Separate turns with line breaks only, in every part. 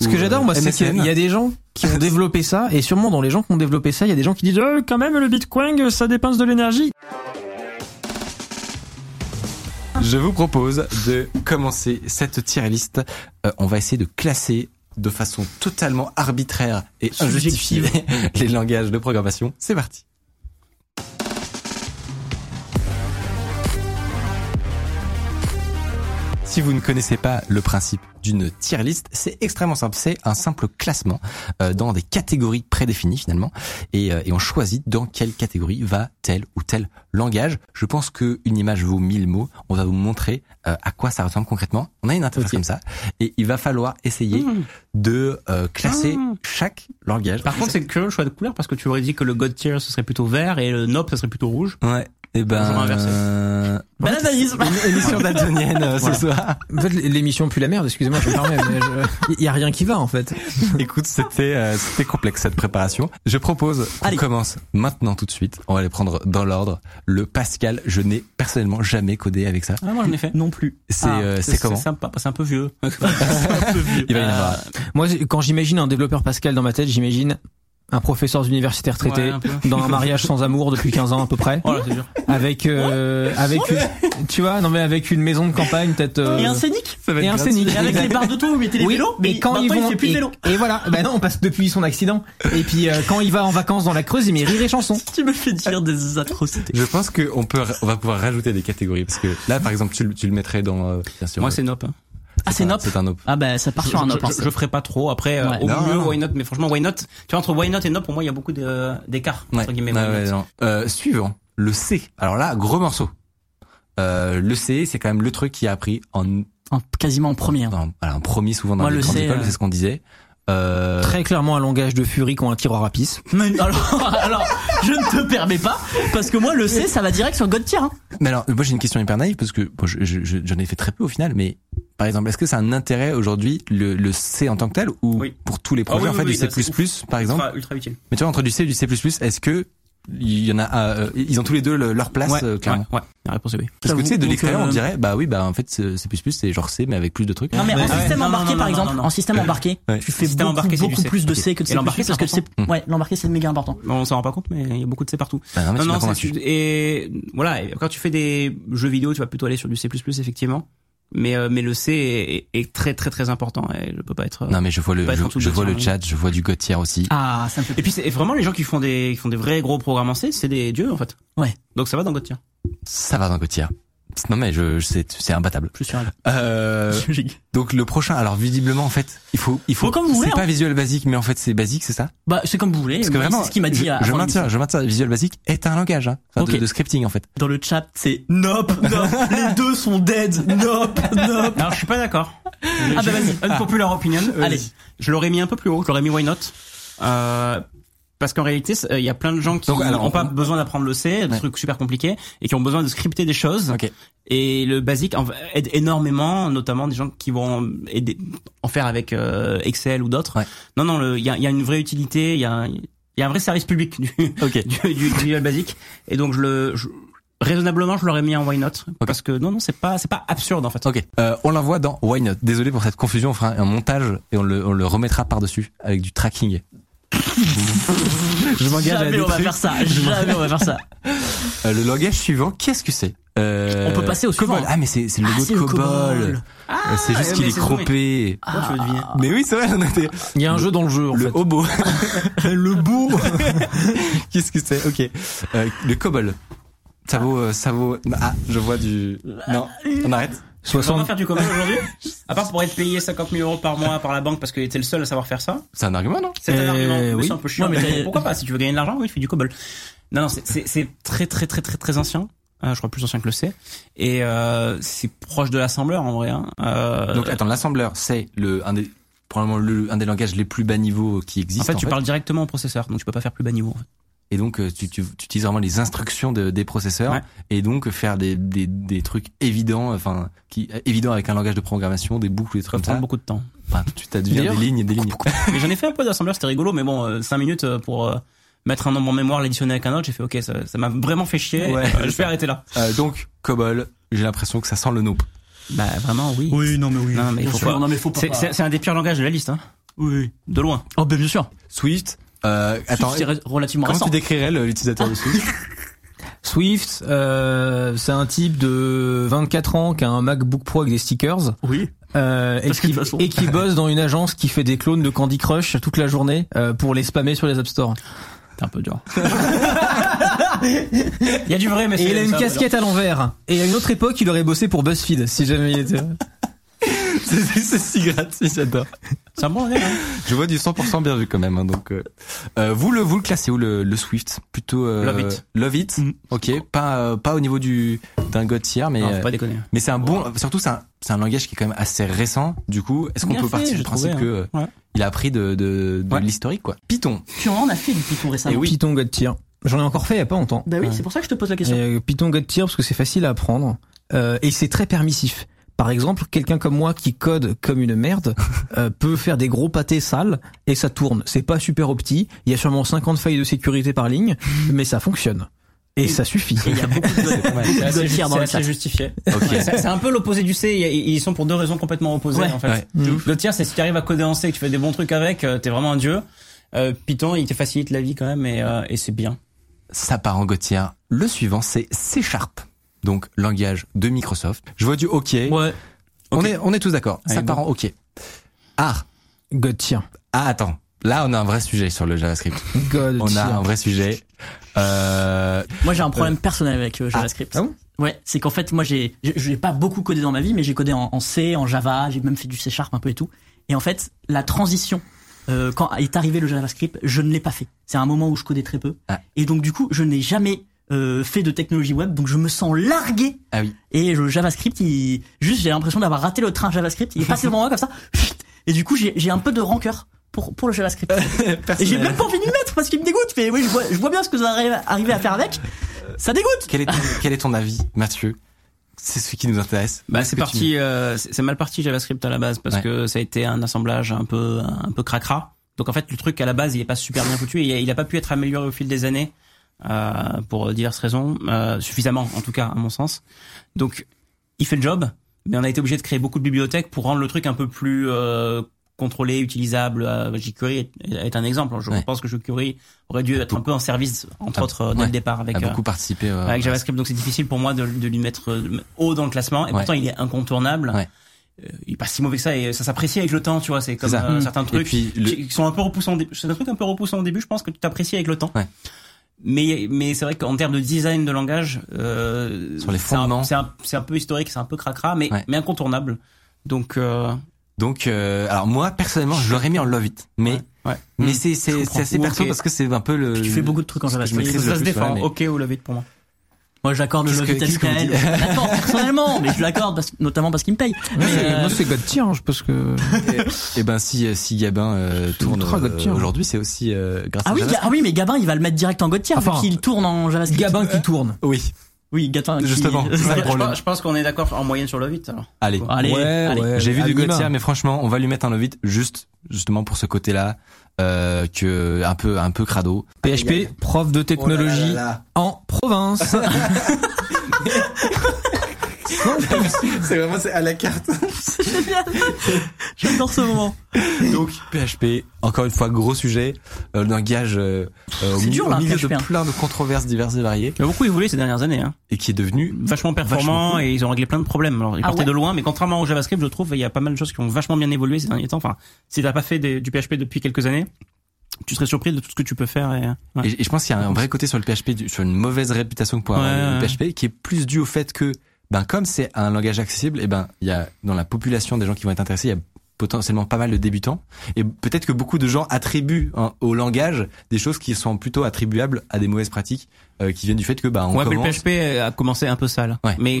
Ce que j'adore, moi, c'est
MSN.
qu'il y a des gens qui ont développé ça, et sûrement dans les gens qui ont développé ça, il y a des gens qui disent Euh, quand même le Bitcoin, ça dépense de l'énergie.
Je vous propose de commencer cette tier list. Euh, on va essayer de classer de façon totalement arbitraire et
Subjective.
injustifiée les langages de programmation. C'est parti. Si vous ne connaissez pas le principe d'une tier list, c'est extrêmement simple. C'est un simple classement euh, dans des catégories prédéfinies finalement, et, euh, et on choisit dans quelle catégorie va tel ou tel langage. Je pense que une image vaut mille mots. On va vous montrer euh, à quoi ça ressemble concrètement. On a une interface comme ça, et il va falloir essayer de euh, classer chaque langage.
Mmh. Par contre, c'est curieux le choix de couleur parce que tu aurais dit que le God Tier ce serait plutôt vert et le Nope ça serait plutôt rouge.
ouais. Et ben,
Bonjour, inversé.
euh,
Ben l'analyse
une émission daltonienne euh, ce soir.
En fait, l'émission pue la merde, excusez-moi, je me permets, mais je- il y a rien qui va, en fait.
Écoute, c'était euh, c'était complexe cette préparation. Je propose qu'on
Allez.
commence maintenant tout de suite. On va les prendre dans l'ordre. Le Pascal, je n'ai personnellement jamais codé avec ça.
Ah, moi j'en ai fait. Non plus.
C'est, euh, c'est comment
Ah, C'est sympa, Bah, c'est un peu vieux. c'est un peu vieux.
Il va y en avoir.
Euh,
Moi, j'ai- quand j'imagine un développeur Pascal dans ma tête, j'imagine un professeur d'université
Ouais,
retraité
un peu.
dans un mariage sans amour depuis 15 ans à peu près,
Oh là, c'est dur.
avec euh, avec une- tu vois, non mais avec une maison de campagne peut-être. euh,
Et un scénic
va être
et un
gratuit.
scénic.
Et avec les barres de tour, vous mettez les
Oui,
vélos, mais
et quand ils
maintenant, il
vont
fait plus de
et-
vélo.
Et, voilà, bah non, on passe depuis son accident. Et puis euh, quand il va en vacances dans la Creuse, il met rire et chanson.
Tu me fais dire des atrocités.
Je pense qu'on peut, on va pouvoir rajouter des catégories parce que là, par exemple, tu, le- tu le mettrais dans. euh, bien sûr,
Moi
euh,
c'est Nope. Ah c'est
un-
Nope
C'est un op.
Ah bah ça part sur un
hein.
Nope. Je, je ferai pas trop après euh,
Ouais.
au
Non,
mieux
non.
Why Not mais franchement Why Not tu vois entre Why Not et Nope pour moi il y a beaucoup de- d'écart
Ouais.
entre guillemets.
Ouais,
Why
ouais,
Not.
non. Euh, suivant, le C. Alors là, gros morceau. Euh, le C, c'est quand même le truc qui a appris en,
En- quasiment en premier. hein.
dans, voilà, en premier souvent dans
Moi,
les
le
grandes
C,
écoles,
euh,
c'est ce qu'on disait. Euh,
Très clairement un langage de furie qu'ont un tiroir à pisse.
Mais- alors, alors, je ne te permets pas, parce que moi, le C, ça va direct sur God Tier. Hein.
Mais alors, moi j'ai une question hyper naïve parce que bon, je- je- je- j'en ai fait très peu au final, mais par exemple, est-ce que ça a un intérêt aujourd'hui le, le C en tant que tel ou
Oui. Ah
pour tous les projets
oui,
en fait du
oui, oui,
C++
là, c'est
par exemple
Ultra, ultra utile.
Mais tu vois entre du C et du C++, est-ce que il y en a euh, ils ont tous les deux le- leur place
ouais,
euh, clairement
ouais, ouais. La réponse est oui.
Parce que tu sais de
Donc,
l'extérieur on
euh,
dirait bah oui bah en fait c'est- C++ c'est genre C mais avec plus de trucs. Bah,
Non, mais en
Ouais.
Non,
système
non,
embarqué,
non,
par
non,
exemple,
non, non.
en système embarqué,
Ouais.
tu fais
Système
beaucoup,
embarqué, c'est du
beaucoup
C.
plus de C que de
Et
C++,
l'embarqué,
parce que
c'est
c'est, ouais, l'embarqué, c'est méga important.
On s'en rend pas compte mais il y a beaucoup de C partout.
Bah, non, mais
Non,
tu m'as
non,
convaincu.
c'est- et voilà, et quand tu fais des jeux vidéo, tu vas plutôt aller sur du C++ effectivement, mais euh, mais le C est, est- est très très très important et je peux pas être euh,
Non mais je vois le
Faut pas être
je,
en dessous
je
de
vois le
Gauthier,
chat, je vois du Gauthier aussi.
Ah, ça me fait
Et puis c'est et vraiment les gens qui font des qui font des vrais gros programmes en C, c'est des dieux en fait.
Ouais.
Donc ça va dans God Tier.
Ça va dans Gauthier. Non mais je, je- c'est c'est imbattable.
Je suis un
Euh, donc le prochain alors visiblement en fait, il faut il faut
Bon, comme vous voulez,
c'est pas
hein.
visuel basique mais en fait c'est basique, c'est ça
Bah, c'est comme vous voulez.
Parce que
mais
vraiment,
c'est ce qu'il m'a dit.
Je,
euh, à-
je
avant
maintiens,
l'émission.
je maintiens. Visual Basic est un langage hein, enfin, de-
Ok.
de, scripting en fait.
Dans le chat, c'est nope, nope, les deux sont dead, nope, nope.
Alors je suis pas d'accord.
Ah bah vas-y.
Une popular opinion. Euh,
Allez.
Je l'aurais mis un peu plus haut, je l'aurais mis why not. Euh, parce qu'en réalité, c'est- euh, il y a plein de gens qui
Donc, alors,
n'ont pas
on-
besoin d'apprendre le C, des
Ouais.
trucs super compliqués, et qui ont besoin de scripter des choses.
Ok.
Et le basique en- aide énormément, notamment des gens qui vont aider, en faire avec euh, Excel ou d'autres.
Ouais.
Non, non, le- il y a, il y a une vraie utilité, il y a, un- il y a un vrai service public du,
Ok.
du, du Visual Basic. Et donc, je le, je- raisonnablement, je l'aurais mis en why not. Parce que non, non, c'est pas, c'est pas absurde en fait.
Ok. Euh, on l'envoie dans Why Not. Désolé pour cette confusion. On fera un montage et on le, on le remettra par dessus avec du tracking. je m'engage à
Jamais
des
on va
trucs.
faire ça, jamais on va faire ça.
Euh, le langage suivant, qu'est-ce que c'est Euh,
On peut passer au
Cobol.
suivant.
Ah mais c'est c'est le
Ah,
logo
c'est
de
le
Cobol.
Cobol. Ah,
Euh, c'est juste
mais
qu'il est
c'est bon,
cropé.
Comment tu veux deviner
Mais oui, c'est vrai. On a été...
Il y a un jeu dans le jeu. En
Le
fait.
hobo. le beau. Qu'est-ce que c'est Ok. Euh, le cobol. Ça vaut, euh, ça vaut. Ah, je vois du. Non, on arrête.
On va pas
60
faire du commun aujourd'hui À part pour être payé 50 000 euros par mois par la banque parce que t'es le seul à savoir faire ça.
C'est un argument, non
C'est un
Euh,
argument, mais
oui.
c'est un peu chiant.
Ouais, mais
mais
t'as-
pourquoi pas Si tu veux gagner de l'argent, oui, tu fais du cobol. Non, non, c'est- c'est c'est très très très très très ancien. euh, je crois plus ancien que le C. Et euh, c'est proche de l'assembleur en vrai. hein. Euh,
Donc attends, l'assembleur, c'est le un des probablement le, un des langages les plus bas niveau qui existe.
en fait, tu parles directement au processeur, donc tu peux pas faire plus bas niveau. en fait.
Et donc euh, tu, tu, tu utilises vraiment les instructions de- des processeurs
Ouais.
et donc euh, faire des, des, des trucs évidents, euh, enfin qui évidents avec un langage de programmation, des boucles, des
Ça peut
trucs comme
prendre
ça.
beaucoup de temps.
Enfin, tu t'adviens des
D'ailleurs,
lignes et des lignes.
Mais j'en ai fait un peu d'assembleur, c'était rigolo, mais bon, 5 minutes euh, pour euh, mettre un nombre en mémoire, l'additionner avec un autre, j'ai fait ok, ça ça m'a vraiment fait chier,
Ouais.
euh, je vais arrêter là.
Euh, donc COBOL, j'ai l'impression que ça sent le noob.
Bah vraiment, oui.
Oui, non, mais oui.
Non, mais
Bien
faut
sûr,
pas.
Non, mais faut pas.
C'est- C'est c'est un des pires langages de la liste, hein.
Oui, oui.
de loin.
Oh, ben bien sûr.
Swift. Euh, attends,
c'est re- relativement
comment
récent.
tu décrirais le- l'utilisateur de Swift
Swift, euh, c'est un type de 24 ans qui a un MacBook Pro avec des stickers
Oui.
euh, et,
Parce que de
qui,
toute façon-
et qui bosse dans une agence qui fait des clones de Candy Crush toute la journée euh, pour les spammer sur les App Store.
C'est un peu dur. Il y a du vrai, mais
Et
c'est-
il a
c'est
une
un peu dur.
casquette à l'envers. Et à une autre époque, il aurait bossé pour BuzzFeed si jamais il était.
Ah
C'est c'est si gratuit, j'adore.
C'est un bon langage, hein.
Je vois du 100% bien vu quand même. hein, donc, euh, euh, vous le vous le classez où le, le Swift Plutôt euh,
Love it.
Love it.
Mhm.
Ok, pas euh, pas au niveau du d'un God tier, mais
Non, faut
euh,
pas déconner. hein.
mais c'est un bon. Surtout c'est un c'est un langage qui est quand même assez récent. Du coup, est-ce qu'on
Bien
peut
fait,
partir du
j'ai
principe
trouvé,
que euh,
hein. Ouais.
il a appris de de, de
Ouais.
l'historique quoi Python.
Tu en as fait du Python récemment.
Eh oui.
Python God Tier. J'en ai encore fait il y a pas longtemps.
Bah oui,
Ouais.
c'est pour ça que je te pose la
Et,
question.
euh, Python God Tier parce que c'est facile à apprendre euh, et c'est très permissif. Par exemple, quelqu'un comme moi qui code comme une merde euh, peut faire des gros pâtés sales et ça tourne. C'est pas super opti. Il y a sûrement 50 failles de sécurité par ligne, mais ça fonctionne et ça suffit.
Et il y a beaucoup de.
C'est
assez
assez
ju-
ju-
dans
c'est
la
assez
salle.
justifié.
Ok.
Ouais, C'est c'est un peu l'opposé du C. il y a- Ils sont pour deux raisons complètement opposées
Ouais.
en fait.
Ouais.
Mm.
Le tiers, c'est si tu arrives à coder en C, et que tu fais des bons trucs avec, euh, t'es vraiment un dieu. Euh, Python, il te facilite la vie quand même et, euh, et c'est bien.
ça part en God tier. Le suivant c'est C Sharp. Donc langage de Microsoft. Je vois du OK.
Ouais.
On
Ok.
est on est tous d'accord.
Allez,
Ça
bon.
part en OK. R.
God Tier.
Ah attends. Là, on a un vrai sujet sur le JavaScript.
God
On
Tier.
a un vrai sujet. Euh,
Moi, j'ai un problème personnel avec euh, JavaScript.
Ah bon
ouais, c'est qu'en fait, moi, j'ai, je- je n'ai pas beaucoup codé dans ma vie, mais j'ai codé en, en C, en Java, j'ai même fait du C Sharp un peu et tout. Et en fait, la transition, euh, quand est arrivé le JavaScript, je ne l'ai pas fait. C'est un moment où je codais très peu.
Ah.
Et donc, du coup, je n'ai jamais euh, fait de technologie web, donc je me sens largué.
Ah oui.
Et le JavaScript, il, juste, j'ai l'impression d'avoir raté le train JavaScript. Il est passé devant moi comme ça. Chut Et du coup, j'ai, j'ai un peu de rancœur pour, pour le JavaScript. Et j'ai même pas envie de m'y mettre parce qu'il me dégoûte. Mais oui, je vois, je vois bien ce que vous arrivez arrivez à faire avec. Ça dégoûte.
Quel est, ton, quel est ton avis, Mathieu C'est ce qui nous intéresse.
Bah
Est-ce
c'est
que tu-
parti, euh, c'est c'est mal parti JavaScript à la base parce
Ouais.
que ça a été un assemblage un peu un peu cracra. Donc en fait le truc à la base il est pas super bien foutu, il a, il a pas pu être amélioré au fil des années euh, pour diverses raisons, euh, suffisamment en tout cas à mon sens. Donc il fait le job, mais on a été obligé de créer beaucoup de bibliothèques pour rendre le truc un peu plus euh, contrôlé, utilisable. Euh, jQuery est, est un exemple. hein. Je
Ouais.
pense que jQuery aurait dû être un peu en service entre
Ah,
autres euh, dès
ouais.
le départ avec
a
euh,
beaucoup participé. euh,
avec JavaScript, donc c'est difficile pour moi de, de lui mettre euh, haut dans le classement. Et
Ouais.
pourtant, il est incontournable.
Ouais.
Euh, il est pas si mauvais que ça et ça s'apprécie avec le temps, tu vois. C'est comme
C'est ça.
euh,
Mm.
certains
Et
trucs
puis, le-
qui qui sont un peu repoussants. au dé- C'est un truc un peu repoussant au début. Je pense que tu t'apprécies avec le temps.
Ouais.
Mais mais c'est vrai qu'en termes de design de langage, euh,
Sur les
c'est un-
fondements.
c'est un, c'est un peu historique, c'est un peu cracra, mais
Ouais.
mais incontournable. Donc euh,
donc, euh, alors moi personnellement, je l'aurais mis en love it, mais
ouais.
mais
Hmm.
Mm.
c'est
Je
c'est
comprends.
c'est assez
Ou
perso
ok.
parce que c'est un peu le.
Tu fais beaucoup de trucs en
Je
JavaScript.
maîtrise
ça
le
se
plus,
défend.
voilà, mais-
Ok ou levier pour moi.
Moi, j'accorde le
Qu'est-ce que-
Logitech
qu'est-ce que vous
à elle.
dites
Je l'accorde personnellement, mais je l'accorde parce- notamment parce qu'il me paye.
Moi,
Mais,
c'est-
euh,
Moi c'est God Tier. hein, Je pense que.
Et ben si si Gabin euh, tourne
ultra
euh,
gotier, hein.
aujourd'hui, c'est aussi euh, grâce à
ah oui, Ga-
JavaScript.
ah oui, mais Gabin, il va le mettre direct en Gautier
Enfin,
vu qu'il tourne en JavaScript.
Gabin qui tourne.
Oui.
Oui, Gabin. qui-
Justement. C'est ça le
Je,
problème.
pense- je pense qu'on est d'accord en moyenne sur Lovit. Alors.
Allez.
Allez,
Ouais,
allez.
ouais.
J'ai vu
à
du
minima.
Gotia, mais franchement, on va lui mettre un love it juste justement pour ce côté-là euh, que un peu un peu crado.
PHP, prof de
Oh
technologie en province.
C'est vraiment c'est à la carte.
J'adore ce moment.
Donc PHP, encore une fois gros sujet, euh, le langage euh, euh, au
C'est
milieu,
dur, là,
au milieu
PHP,
de
hein.
plein de controverses diverses et variées
Il y a beaucoup évolué ces dernières années. Hein.
et qui est devenu
vachement performant et ils ont réglé plein de problèmes. Alors, ils
Ah
partaient
ouais
de loin, mais contrairement au JavaScript, je trouve, il y a pas mal de choses qui ont vachement bien évolué ces derniers temps. Enfin, si t'as pas fait des- du PHP depuis quelques années, tu serais surpris de tout ce que tu peux faire. Et, ouais.
et, et je pense qu'il y a un vrai côté sur le PHP du- sur une mauvaise réputation que pourrait
Ouais,
avoir le
ouais.
PHP qui est plus dû au fait que ben comme c'est un langage accessible et ben il y a dans la population des gens qui vont être intéressés il y a potentiellement pas mal de débutants. Et peut-être que beaucoup de gens attribuent hein, au langage des choses qui sont plutôt attribuables à des mauvaises pratiques euh, qui viennent du fait que bah on
Ouais, mais le
commence.
PHP a commencé un peu sale.
Ouais,
mais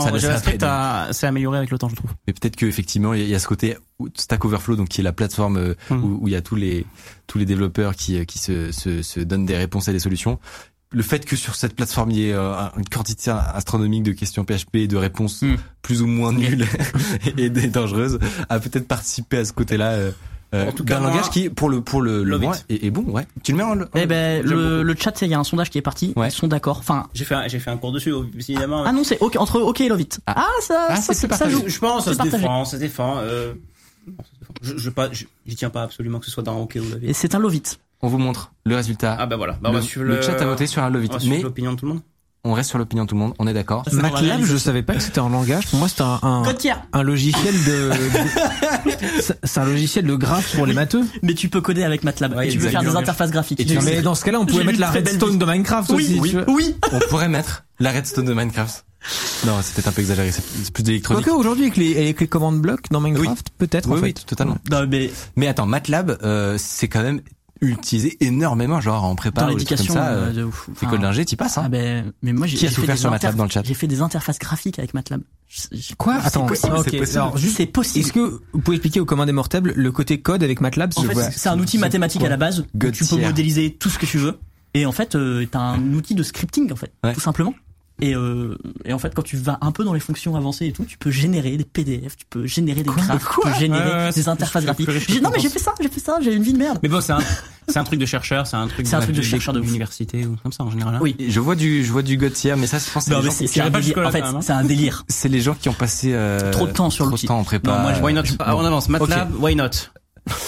également. Ça
au
le- ça
JavaScript,
fait,
a- c'est amélioré avec le temps, je trouve.
Mais peut-être que effectivement il y a- il y, a ce côté où- Stack Overflow, donc qui est la plateforme euh,
Mhm.
où où il y a tous les tous les développeurs qui euh, qui se, se, se donnent des réponses et des solutions. Le fait que sur cette plateforme il y ait euh, une quantité astronomique de questions PHP et de réponses
Mhm.
plus ou moins nulles et, des dangereuses a peut-être participé à ce côté-là. Euh, euh,
En tout
d'un
cas, moi,
langage qui pour le pour le, le
love
moins
it.
est, est bon ouais tu le mets en, en-
Eh ben,
j'aime
le,
beaucoup.
le chat, il y a un sondage qui est parti.
Ouais.
Ils sont d'accord. Enfin,
J'ai fait, un- j'ai fait un cours dessus, évidemment.
ah non, c'est OK, entre OK et Love It. Ah, ça,
Ah, c'est
ça, ça, ça
partagé.
joue.
je, je pense, ça se
C'est partagé.
défend, ça se défend. Euh... bon, ça se défend. Je, je, pas, je- j'y tiens pas absolument que ce soit dans OK ou la vie.
Et c'est un Love It.
on vous montre le résultat
Ah bah voilà, bah, on
le,
va suivre
le
le,
chat a voté sur un
on va
Lovit
suivre
mais
l'opinion de tout le monde.
on reste sur l'opinion de tout le monde on est d'accord
Ça, on va
MATLAB, je savais pas que c'était un langage. Pour moi, c'était un, un,
Code tiers.
un logiciel de. de- c'est- c'est un logiciel de graphe pour les matheux.
Mais tu peux coder avec MATLAB.
Ouais,
et tu peux
exact.
faire des
Oui.
interfaces graphiques.
Et tu
Non, mais
sais-
dans ce cas-là, on pouvait
J'ai
mettre
lu
la
très belle
redstone
vie.
de Minecraft aussi.
oui,
tu
oui,
vois.
oui.
on pourrait mettre la redstone de Minecraft non c'est peut-être un peu exagéré c'est c'est plus d'électronique
Quoique aujourd'hui, avec les, avec les commandes blocs dans Minecraft, peut-être
oui
en
oui
fait.
totalement
Non, Bah, mais
mais attends MATLAB euh, c'est quand même utilisé énormément genre en prépa
dans
ou des trucs Bah comme
l'éducation,
ça
euh,
euh,
de ouf.
école
Enfin,
d'ingé t'y passes
Ah
hein
ben, mais moi j'ai
Qui a
j'ai
souffert
des
sur
interfaces-
MATLAB dans le chat
J'ai fait des interfaces graphiques avec MATLAB. Je- je-
Quoi
C'est
Attends,
possible,
ok,
c'est possible.
alors, juste-
C'est possible.
Est-ce que vous pouvez expliquer aux communs des mortels le côté code avec MATLAB
En
je
fait,
vois-
c'est un outil mathématique à la base. où
God
Tu peux
tier.
modéliser tout ce que tu veux. Et en fait, euh, t'as un outil de scripting en fait,
Ouais.
tout simplement. Et, euh, et en fait, quand tu vas un peu dans les fonctions avancées et tout, tu peux générer des PDF, tu peux générer des graphes, tu peux générer
Ouais, ouais, ouais,
des
c'est
interfaces
plus-
graphiques.
plus riche que
J'ai- non
tu
mais j'ai
penses.
fait ça, j'ai fait ça, j'ai une vie de merde.
Mais bon, c'est un, c'est un truc de chercheur, c'est un truc
C'est un truc de chercheur de ouf.
l'université ou comme ça en général. hein.
Oui.
je vois du je vois du Gauthier mais ça je pense que c'est
ben. Non,
les
mais
gens-
c'est
qui
c'est un
arrivent pas
délire.
jusque-là,
En fait,
quand même, hein.
c'est un délire.
c'est les gens qui ont passé euh,
Trop de temps sur
trop de
l'outil.
temps en prépa
Non, moi, je-
Why not Ah, On avance. MATLAB, why not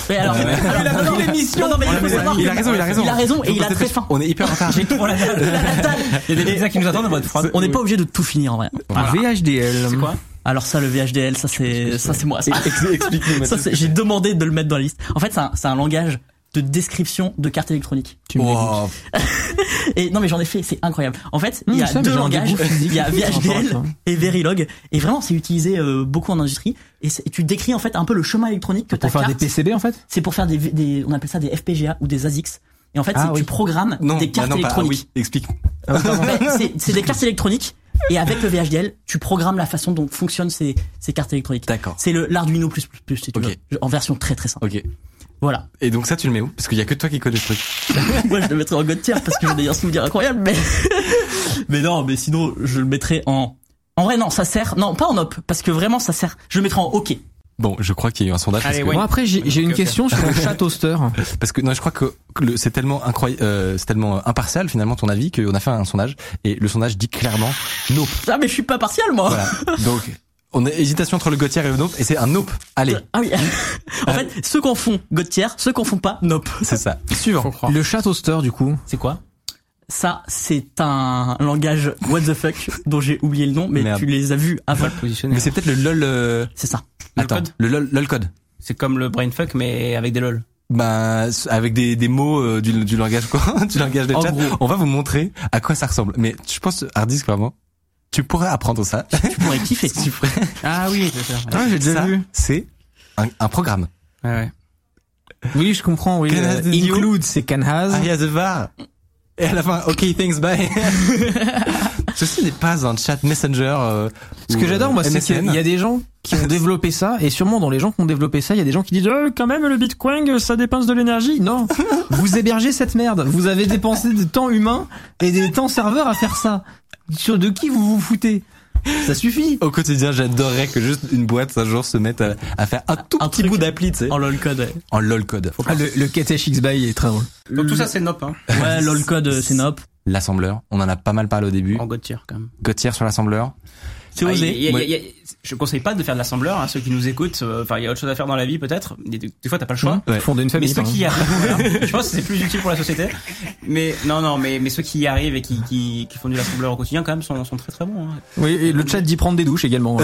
Mais alors, alors,
Il a raison,
non, non, mais il faut savoir
il a
que-
raison il a raison
Il a raison et
Donc,
il a
peut-être
très faim.
on est hyper en retard
J'ai tout pour la dalle. La dalle.
Il y a des pizzas qui nous attendent en mode phrase.
On n'est pas obligé de tout finir en vrai.
Un VHDL.
C'est quoi
Alors ça, le VHDL, ça c'est ça c'est moi. Ça, Ça, c'est- j'ai demandé de le mettre dans la liste. En fait, c'est un, c'est un langage de description de cartes électroniques.
Tu me dégoûtes.
Wow.
Et non, mais j'en ai fait, c'est incroyable. En fait,
Mmh,
il y a
ça, mais
deux
j'ai un
langages,
dégoût physique
il y a
par rapport à
VHDL
ça.
et Verilog. Et vraiment, c'est utilisé euh, beaucoup en industrie. Et, c'est- et tu décris en fait un peu le chemin électronique que ta
Pour faire des
carte.
PCB en fait
C'est pour faire des, des, on appelle ça des FPGA ou des ASICS. Et en fait,
Ah
c'est que
oui. Ah
tu programmes
Non,
des cartes
bah non, pas- ah
électroniques.
oui, explique.
Mais c'est- c'est des cartes électroniques. Et avec le VHDL, tu programmes la façon dont fonctionnent ces, ces cartes électroniques.
D'accord.
C'est le l'Arduino plus plus plus, si tu
Ok.
veux, en version très très simple.
Ok.
Voilà.
Et donc ça, tu le mets où Parce qu'il y a que toi qui connais ce truc.
Moi, je le mettrais en God tier parce que j'ai des souvenirs incroyables, mais mais non, mais sinon, je le mettrais en en vrai non, ça sert. Non, pas en op parce que vraiment ça sert. Je le mettrais en OK.
Bon, je crois qu'il y a eu un
Ah,
sondage.
Allez,
parce, que,
Bon après j'ai j'ai une
Ok, ok.
question sur le chat toaster.
parce que non, je crois que le- c'est tellement incroyable, c'est tellement euh, impartial finalement ton avis qu'on a fait un sondage et le sondage dit clairement nope.
Ah mais je suis pas partial moi.
Voilà. donc on a hésitation entre le Gauthier et le nope et c'est un nope. Allez, Mmh. Euh.
Ah oui. en fait, ceux qu'on font God tier, ceux qu'on font pas, nope.
c'est ça. Suivant.
Le chat toaster du coup.
C'est quoi
Ça, c'est un langage what the fuck dont j'ai oublié le nom, mais
Merde.
tu les as vus avant.
Mais c'est peut-être le lol. euh,
C'est ça.
Le
Attends,
code
le lol, lol code.
C'est comme le brainfuck mais avec des lol.
Bah, s- avec des, des mots euh, du, du langage quoi, du langage des
En
chats.
gros.
On va vous montrer à quoi ça ressemble. Mais je pense, Hardisk vraiment, tu pourrais apprendre ça.
Tu pourrais kiffer.
tu pourrais.
Ah oui,
Ah j'ai
Ça, C'est un, un programme.
Oui je comprends. Oui.
Can
Euh,
has the new-
include c'est can has.
Ah, y a the var. Et à la fin, OK, thanks, bye. Ceci n'est pas un chat messenger. euh,
Ce
ou,
que j'adore, moi,
euh,
c'est qu'il
MSN.
y a des gens qui ont développé ça, et sûrement dans les gens qui ont développé ça, il y a des gens qui disent Euh, quand même le Bitcoin, euh, ça dépense de l'énergie. Non, vous hébergez cette merde. Vous avez dépensé des temps humains et des temps serveurs à faire ça. Sur de qui vous vous foutez Ça suffit.
Au quotidien, j'adorerais que juste une boîte un jour se mette à, à faire un tout
Un
petit
truc.
bout d'appli, tu sais,
En Oh, lol code.
en lol code.
Ah, le, le KTHX by est très drôle.
Donc tout ça c'est nope hein.
Ouais, ouais lol code, c'est nope.
L'assembleur, on en a pas mal parlé au début.
En god tier quand même.
Gauthier sur l'assembleur.
C'est
Ah,
osé.
il y a- il y a-
Ouais.
il y a- je conseille pas de faire de l'assembleur à ceux qui nous écoutent. euh, Enfin, il y a autre chose à faire dans la vie peut-être. Des, des fois, t'as pas le choix.
Ouais.
Fonder une
Mais
famille.
ceux
par
qui y
exemple.
arrivent, voilà. je pense que c'est plus utile pour la société. Mais non, non, mais, mais ceux qui y arrivent et qui, qui, qui font de l'assembleur au quotidien quand même sont, sont très très bons. hein.
Oui, et le chat dit prendre des douches également.